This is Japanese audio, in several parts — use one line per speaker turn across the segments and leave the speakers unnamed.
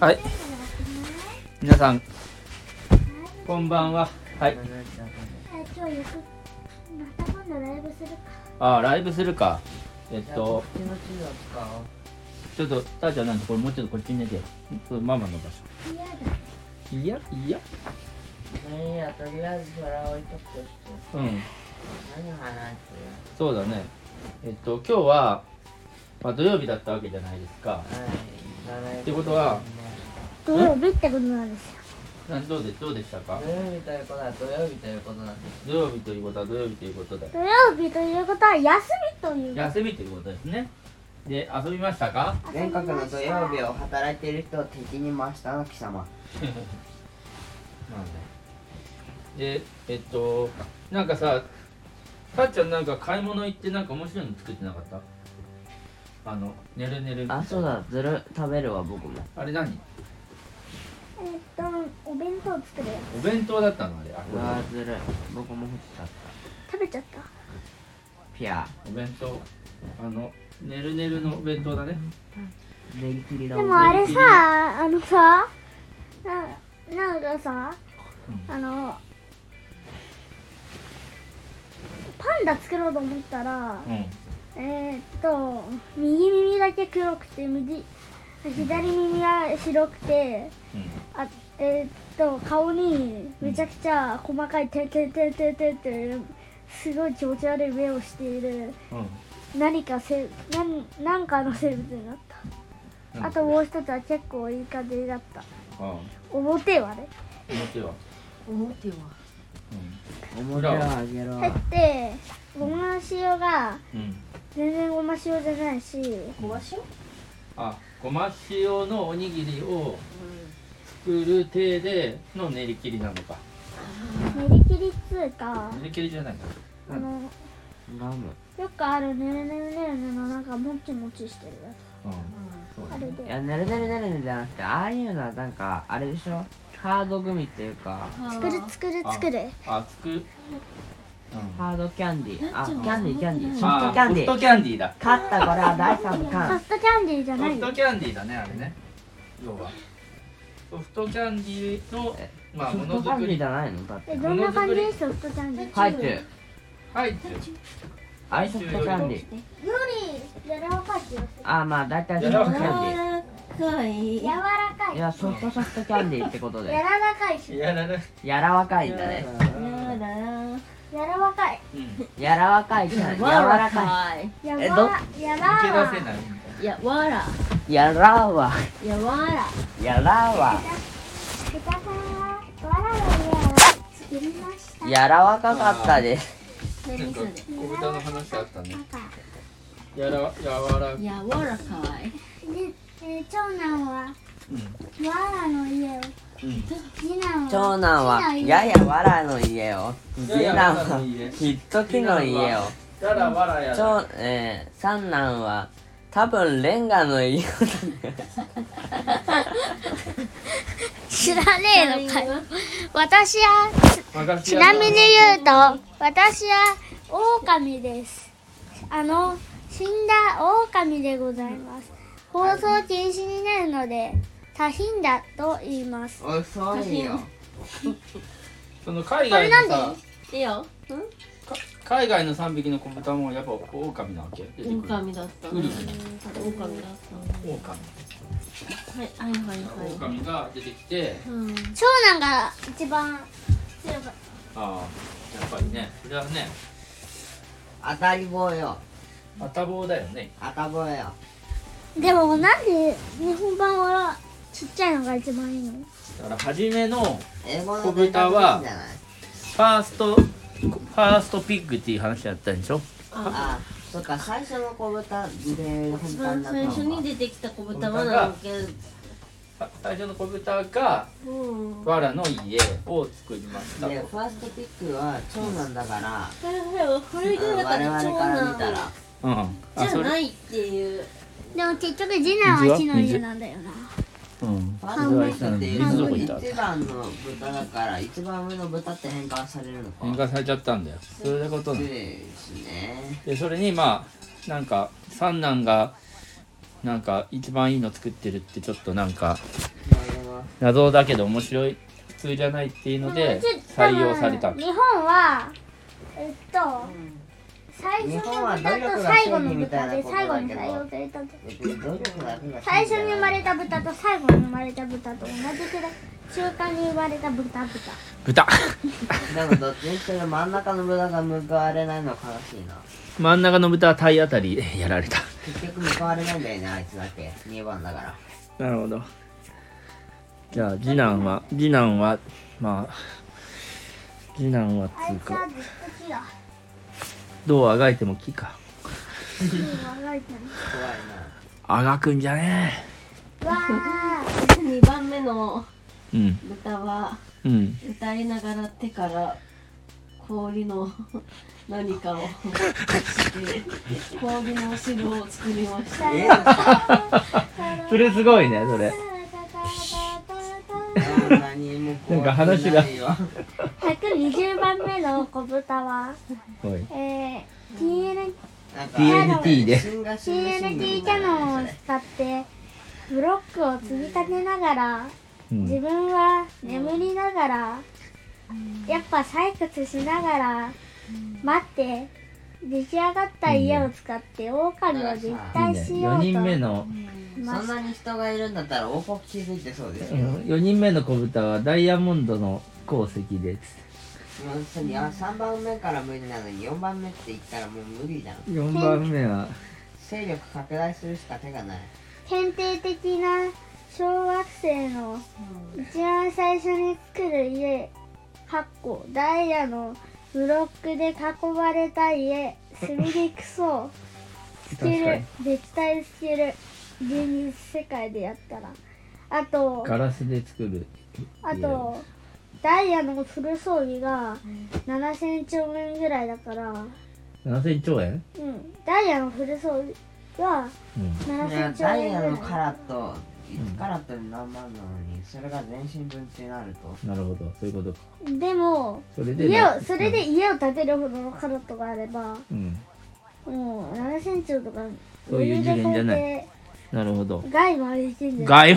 はい皆さんこんばんははい
え今日よくまた今度ライブするか
あーライブするかえっと
こっちの資料使おう
ちょっとターちゃんなんでこれもうちょっとこっちに寝てそうママの場
嫌だ
所いやいや
まあいいやとりあえずそれは置いとくとして
うん
何話す
そうだねえっと今日は、まあ、土曜日だったわけじゃないですか
よはい
ってことは
土曜日ってことなんですよ
なんどうでどうでした
土
か
曜日ということは土曜日ということなんです
土曜日ということは土曜日ということで
土曜日ということは休みという
休みということですねで遊びましたか
全国の土曜日を働いている人を敵に回したの貴様
なんででえっとなんかさたっちゃんなんか買い物行ってなんか面白いの作ってなかったあの「ねるねる」
あそうだずる食べるわ僕も
あれ何
えっとお弁当作るよ
お弁当だったのあれあ
うわずる僕も欲しかった
食べちゃった
ピア
お弁当あの「ねるねる」のお弁当だね
電気切りだ
で
もん
もあれさあのさななんかさあのパンダ作ろうと思ったら
うん
えーっと右耳だけ黒くて右左耳が白くて
うん
あえーっと顔にめちゃくちゃ細かい点点点点点ってすごい気持ち悪い目をしている
うん
何かせ何何かの生物になったあともう一つは結構いい感じだった
うん
表はね
表は
表は
おもちゃあげろ
だってごま塩が
うん、うん、
全然ごま塩じゃないし
あごま塩のおにぎりを作る手での練り切りなのか
練り切りっつうか
練り切りじゃないか
あの
ガム
よくあるねるねるねるねのなんかもちもちしてるや
うんそう
つあ
だ
れ
いやねる
で
ね
ねるねるねじゃなくてああいうのはなんかあれでしょハードグミっていうか
作る作る作る
あつく、うん、
ハードキャンディーあキャンディーキャンディーソフ
あ
トキャンディ
ソフ
ー
トキャンディーだ
勝ったこれは第3
ソ
巻
フトキャンディーじゃな
ソ
い
フ
よ
トキャンディーだねあれね要はソフトキャンディーの
え
まあ
ソ
も
フト
の
キャ
づ
ンディ
く
ー
り
じゃないのだっ
え
て
どんな感じでソフトキャンディー
ハイチュウ
ハイチュウ
あれソフトキャンディー
料理やわらかい柔
あまあ大体ソフトキャンディ
ら
ら
かい
か
ー
い
いやソフトソフトキャンディーってこと
や
で
らかいし
やらない
やらわかいんだね
やら
やらかい
うん
やらわかいじゃんやわらか
い
や
え
わ
ど
らや
抜
ら
け出せないみ
いやわら
いやらわ
やわら
やらわ
下手さーわらの家を作りました
やらわかかったです
たいななんか小豚の話あったね
なんか
やらやわら
やわらかい
で、えー長男はわ
うん
らの家を
うん
次男は
長男はややわらの家を次男はひっときの家を
やらわらやら
長、えー、三男は多分レンガの家を
知らねえのかよ私は
任せ
ち
や
な
ら
みに言うと私は狼ですあの死んだ狼でございます放送禁止になるので多品だと言います
遅いよ
その海
こ
外
れなん
の
で
さ
いいよ
か海外の三匹の小豚もやっぱ狼なわけ出てくる
ん狼だった
ウ
ね
ル
狼だっ
狼
たはいはいはいは
狼が出てきて
いうん
長男が一番強かっ
ああやっぱりねそれはね
当たり棒よ
あたぼうだよね
当た棒よ
たでもなんで日本版はちっちゃいのが一番いいの
だから初めの
英語の
小豚は
伝達なんじゃない
ファーストファーストピッグっていう話だったんでしょ
あそっか最初の小豚で
一
本番
番
だった
最
の
初
か
に出てきた小豚はなのけ
さ最初の小豚が
うん
藁の家を作りました
でファーストピックは長男だから、
これがだか
我
ら長
々から見た
男
ら
うんあ
じゃ
それ
ないっていう
でも結局次男は一の家なんだよな
うん
ファーストピックってい
水
う
ど
の
こ行った
一番の豚だから一番上の豚って変換されるのか
変化されちゃったんだよそういうことなの
失礼ですね
でそれにまあなんか三男がなんか一番いいの作ってるってちょっとなんか
まあ
謎だけど面白い普通じゃないっていうので採用された
多分日本はえっと最
日
初
本
の
は
豚
努
と
力が
最後の
正義みた
豚
い
で
なこと
最後
だ
に
けど
採用されたと
別に努力だけが
最初に生まれた豚と最後に生まれた豚と同じくらい中間に生まれた 豚豚
豚
でもどっちにしても真ん中の豚が報われないのは悲しいな
真ん中の豚は体当たりやられた
結局報われないんだよねあいつだけ2番だから
なるほどじゃあ次男は次男はまあ次男は
あ
つ
いうつは
か
ずっと木だ
どうあがいても木か
木に分かれてる
怖い
あがくんじゃね
わあ
2番目の
えうん
豚は
うん
歌いながら手から氷の 何かを して氷のお汁を作りました
それすごいねそれ
な何も報われないよ
120番目の子豚は、
すごい
えー、TNT
なんか
DNT で
新型
CNT キャノンを使ってブロックを積み立てながら
うん
自分は眠りながらやっぱ採掘しながら待って出来上がった家を使って狼を撃
いい
退
ね
しよ
4
うと
人目の
ま
そ
あ
んなに人がいるんだったら王国気づいてそうですよ、もう
4人目の子豚はダイヤモンドの鉱石です
すでにあ3番目から無理なのに4番目って言ったらもう無理じゃん
4番目は
勢力拡大するしか手がない
限定的な小学生の一番最初に作る家かっこダイヤのブロックで囲まれた家住みにく そうスキル絶対スキル現実世界でやったらあと
ガラスで作る
あとダイヤのフル装備が7000兆円ぐらいだからう
7000兆円
んダイヤのフル装備が
うん
いや
7000兆
ダイ
円
ヤ
ぐら
の
い
カラット1カラットに何万なのにそれが全身分ってなると
なるほどそういうことか
でも
それで
家をそれで家を建てるほどのカロットがあれば
うん
もう7センチとか
そういう次元じゃない
余裕で
なるほど
超えて害もあるしんじゃない
外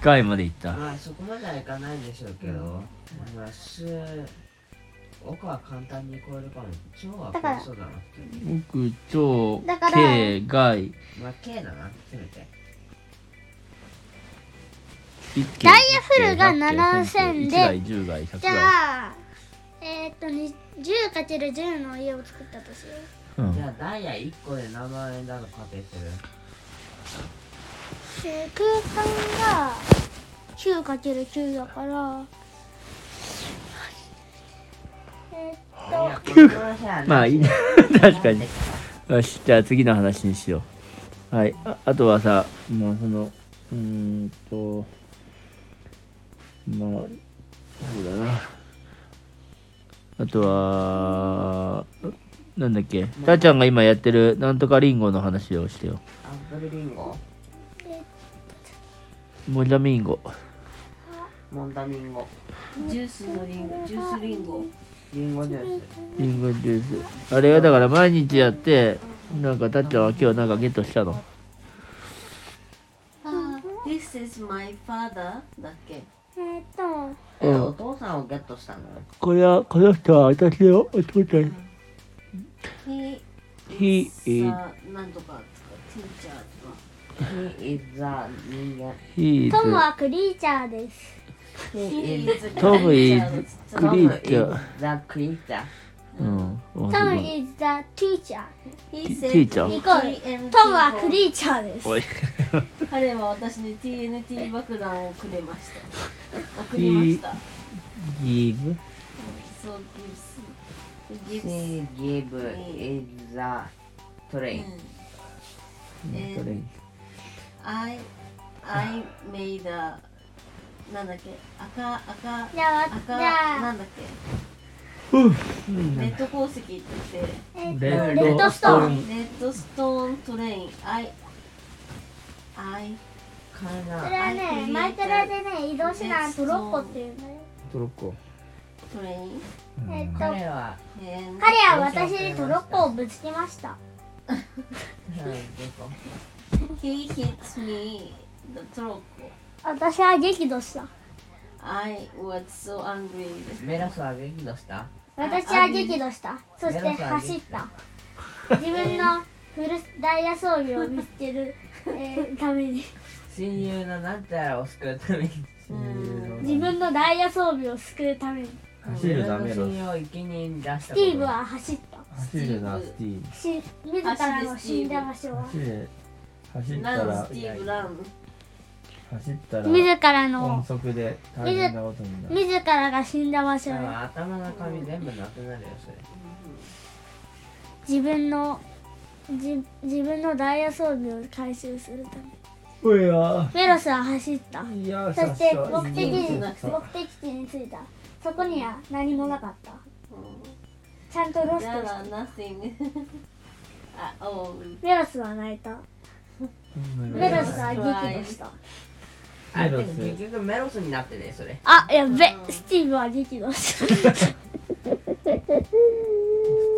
外まで行った
まあそこまではいかないんでしょうけど、まあ数奥は簡単に超えるかも超は超えそうだなって
奥超
だから
慶外
まあ K だなせめて
ダイヤフルが7000
1
で
外10外100
じ
外
ゃあえー、っとに 10×10 の家を作ったとしよ
う
じ
ん
ゃあダイヤ1個で何万円だと仮定する
うで空間が 9×9 だからえー、
いやこの部屋ね
まあいい確かによしじゃあ次の話にしようはいああとはさまあそのうーんとまあそうだなあとはなんだっけたーちゃんが今やってるなんとかリンゴの話をしてよ
アップルリンゴ
モジャミンゴ
モンタミンゴ
ジュースのリンゴジュースリンゴ
リンゴジュース
リンゴジュースあれはだから毎日やってなんかたっちゃんは今日なんかゲットしたの
This is my father だっけ
えー、っと
え
うん
お父さんをゲットしたの
これはこの人は私のお父ちゃん
He
He
is
is-
a なんとかティーチャーとか
He is a 人間
He is
トムはクリーチャーです
He is
トム is クリ
Tom
ー
is
チャー
the creature
うんおす
ト
ご
ム
い
is the teacher
テ
ティーチャー
イコールトムはクリーチャーです
おい
彼は私に TNT 爆弾をくれました。送りました。
Give
そう、ギブス。ギブス。
She gave is the train
うんえー I, I made a, なんだっけ赤、赤、
じゃあ
赤、
じゃあ
なんだっけレッド鉱石って言って、
えっと
レッ
レッドストーン
レッドストーントレイン。I, I,
かな
それはね、マイクラでね、移動しないトロッコっていうんだよ。
トロッコ
トレイン。
えっと、彼
彼は
And
は私にトロッコをぶつけました。
うんどこ
he hits me, the トロッコ。
私は激怒した。
I was so angry.
メロスは激怒した
私は激怒した。そして走った。自分のフルダイヤ装備を見つける、えーために。
親友のなんたらを救うために
うん
自分のダイヤ装備を救うために。
走るダメ
俺の
ろ
親友を生贄に出した
ス
こと
ティーブは走った。
走るなスティーブ
し自らの死んだ場所は
走れ走った
Run,
ら
Steve, run.
走ったら
自ら
音
の
速で大変なことになる
自らが死んだ場所
多分
は
頭の髪全部なくなるよそれ
自分のじ自分のダイヤ装備を回収するため
おや
メロスは走った
いや
そして目的地に
な
目
く
的地に着いたそこには何もなかったちゃんとロスト
There
した
are nothing at all.
メロスは泣いたメロスは激怒した
あ
メ
で
ロ
も
ス
結局メロスになってねそれ
あやべスティーブは激怒し
スティ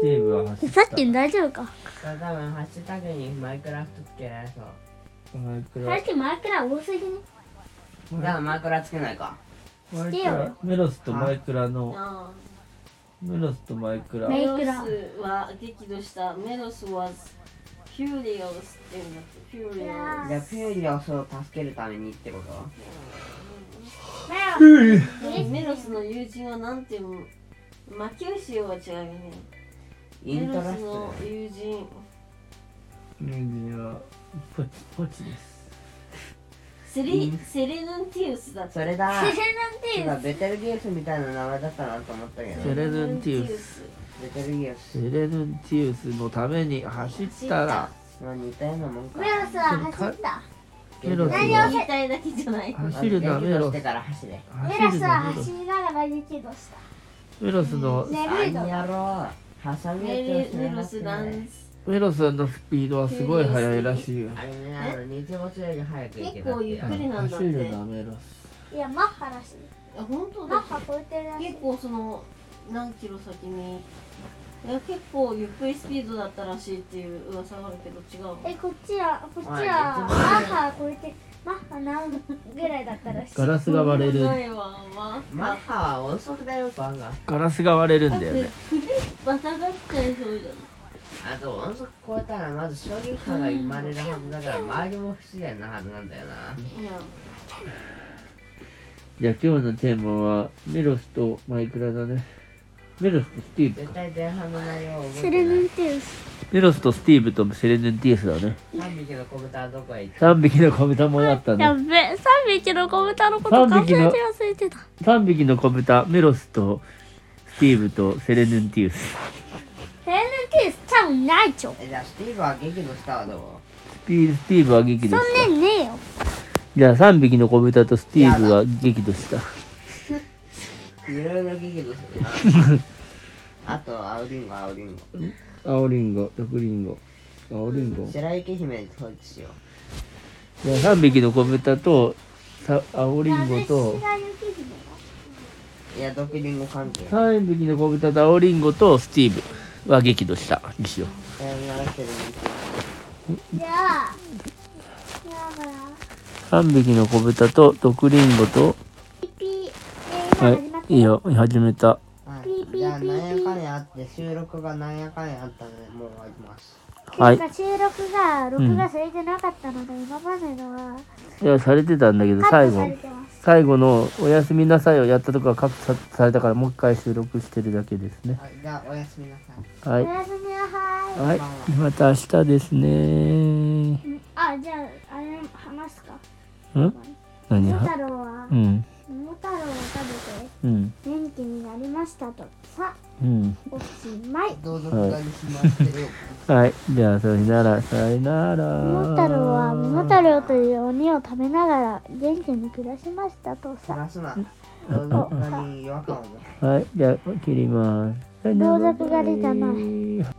ーブは走
た
っ
さ
た
っきの大丈夫か
多分ハッシュタグにマイクラフトつけられそう
マイク
さ
ラ
っきマイクラ多すぎね
じゃあマイクラつけないか
マイ
きよ
クラメロスとマイクラの
No.
メロスとマイクラ
メ
メ
イ
ロ
クラ
スは激怒した。メロス was furious って言うんだって。furious。
じゃあピューリオスを助けるためにってこと
メロス
メロスの友人はなんていうのマキウシオは違うよね。
イ
メ
ント
ロ
ラ
ス
ス
の
ト
友人。
人間はポチポチです
セリ、セレヌンティウスだって。
それだ
セレナンティウス
今ベテルギウスみたいな名前だったなと思っ たけど
セ
ベ
レヌンティウス
ス。
テルギウス
セレヌンティウスのために走ったら
まあ似たようなもんか
メロスは走った
メロス
何
は
を
言いたいだけじゃない。
走るな
激
メ
怒
ロ
し
ス
てから走れ
メロ
走
ス
る
は
なメロ
走
ス
りながら激怒した
メロスの
眠
あ
い
ん
の
やろ挟み撃
メ
ちをし
メ
ながら走れあ
ロスダン
メロスのスピードはすごい速いらしいよ
れねあの日没より早く行け
結
たっ
構
て
ゆっ
よ
くりなんだっ
走る
て。
なメロス
いやマッハらしい
本当
マッ
だ。
ハ超えてるらしい
結構その何キロ先に。いや結構ゆっくりスピードだったらしいっていう噂があるけど違うの。
えこっちはこっちはマ
お
ッ
いい
ハ超
つも
えてマッハ何ぐらいだったらしい
ガラスが割れる
ないわ。まあ
マッハは音速だよバンが
ガラスが割れる
だっ
んだよ
て
ね、
またがっちゃいそうじゃん。
あと音速超えたらまず衝撃波が生まれるはずだから周りも不自然なはずなんだよない
や、
じゃあ今日のテーマはメロスとマイクラだねメロスとスティーブ
絶対前半の内容を覚
セ
え
レ
て
ヌ
な
ン
い
ティウス
メロスとスティーブとセレヌンティウスだね
3匹の子豚はどこへ行っ
3匹の子豚もやった
や
ね
べえ3匹の子豚のこと考えて忘れてた
3匹の子豚メロスとスティーブとセレヌンティウスス
セレヌンティウスちゃんないちょ
たえじゃあスティーブは激怒したわどう
ピースティーブは激
そ
怒
ん
し
ねんねえよ
じゃあ3匹の子豚とスティーブは激怒した
いろいろ激怒するなあと青リンゴ青リンゴ
青リンゴ毒リンゴ青リンゴ
白雪姫に統一しよ
じゃあ3匹の子豚とさ青リンゴと
私が雪姫
ういや毒リンゴ関係
3匹の子豚と青リンゴとスティーブは激怒したにしよう
さよならしてる
だじゃあだから
3匹の子豚と毒リンゴと
PP
は
が始まって
いいいよ始めた
あ
ピーピー
じゃあ
ピーピー
なんやかんやあって収録がなんやかんやあったのでもう終わります
はい
収録が録画されてなかったので、今までのはい
やされてたんだけど
カッ
最
トされ
後
てます
最後の「おやすみなさい」をやったとこはカットさされたからもう一回収録してるだけですね
はいじゃあおやすみなさい
はい
おやすみなさい
はいまた明日ですね
あ、じゃあ、あれ、話すか。
うん何
桃
は
太郎は
う、ん
桃太郎を食べて
うん
元気になりましたと。さ、
うん
おしまい。
どうぞ他にしまってるよ
はいじゃあそれならさよなら
桃太郎は桃太郎という鬼を食べながら元気に暮らしましたと
プ
さ。
ラスなどうぞ他に違和感を持って
はいじゃあ切ります
盗賊が出たな
はい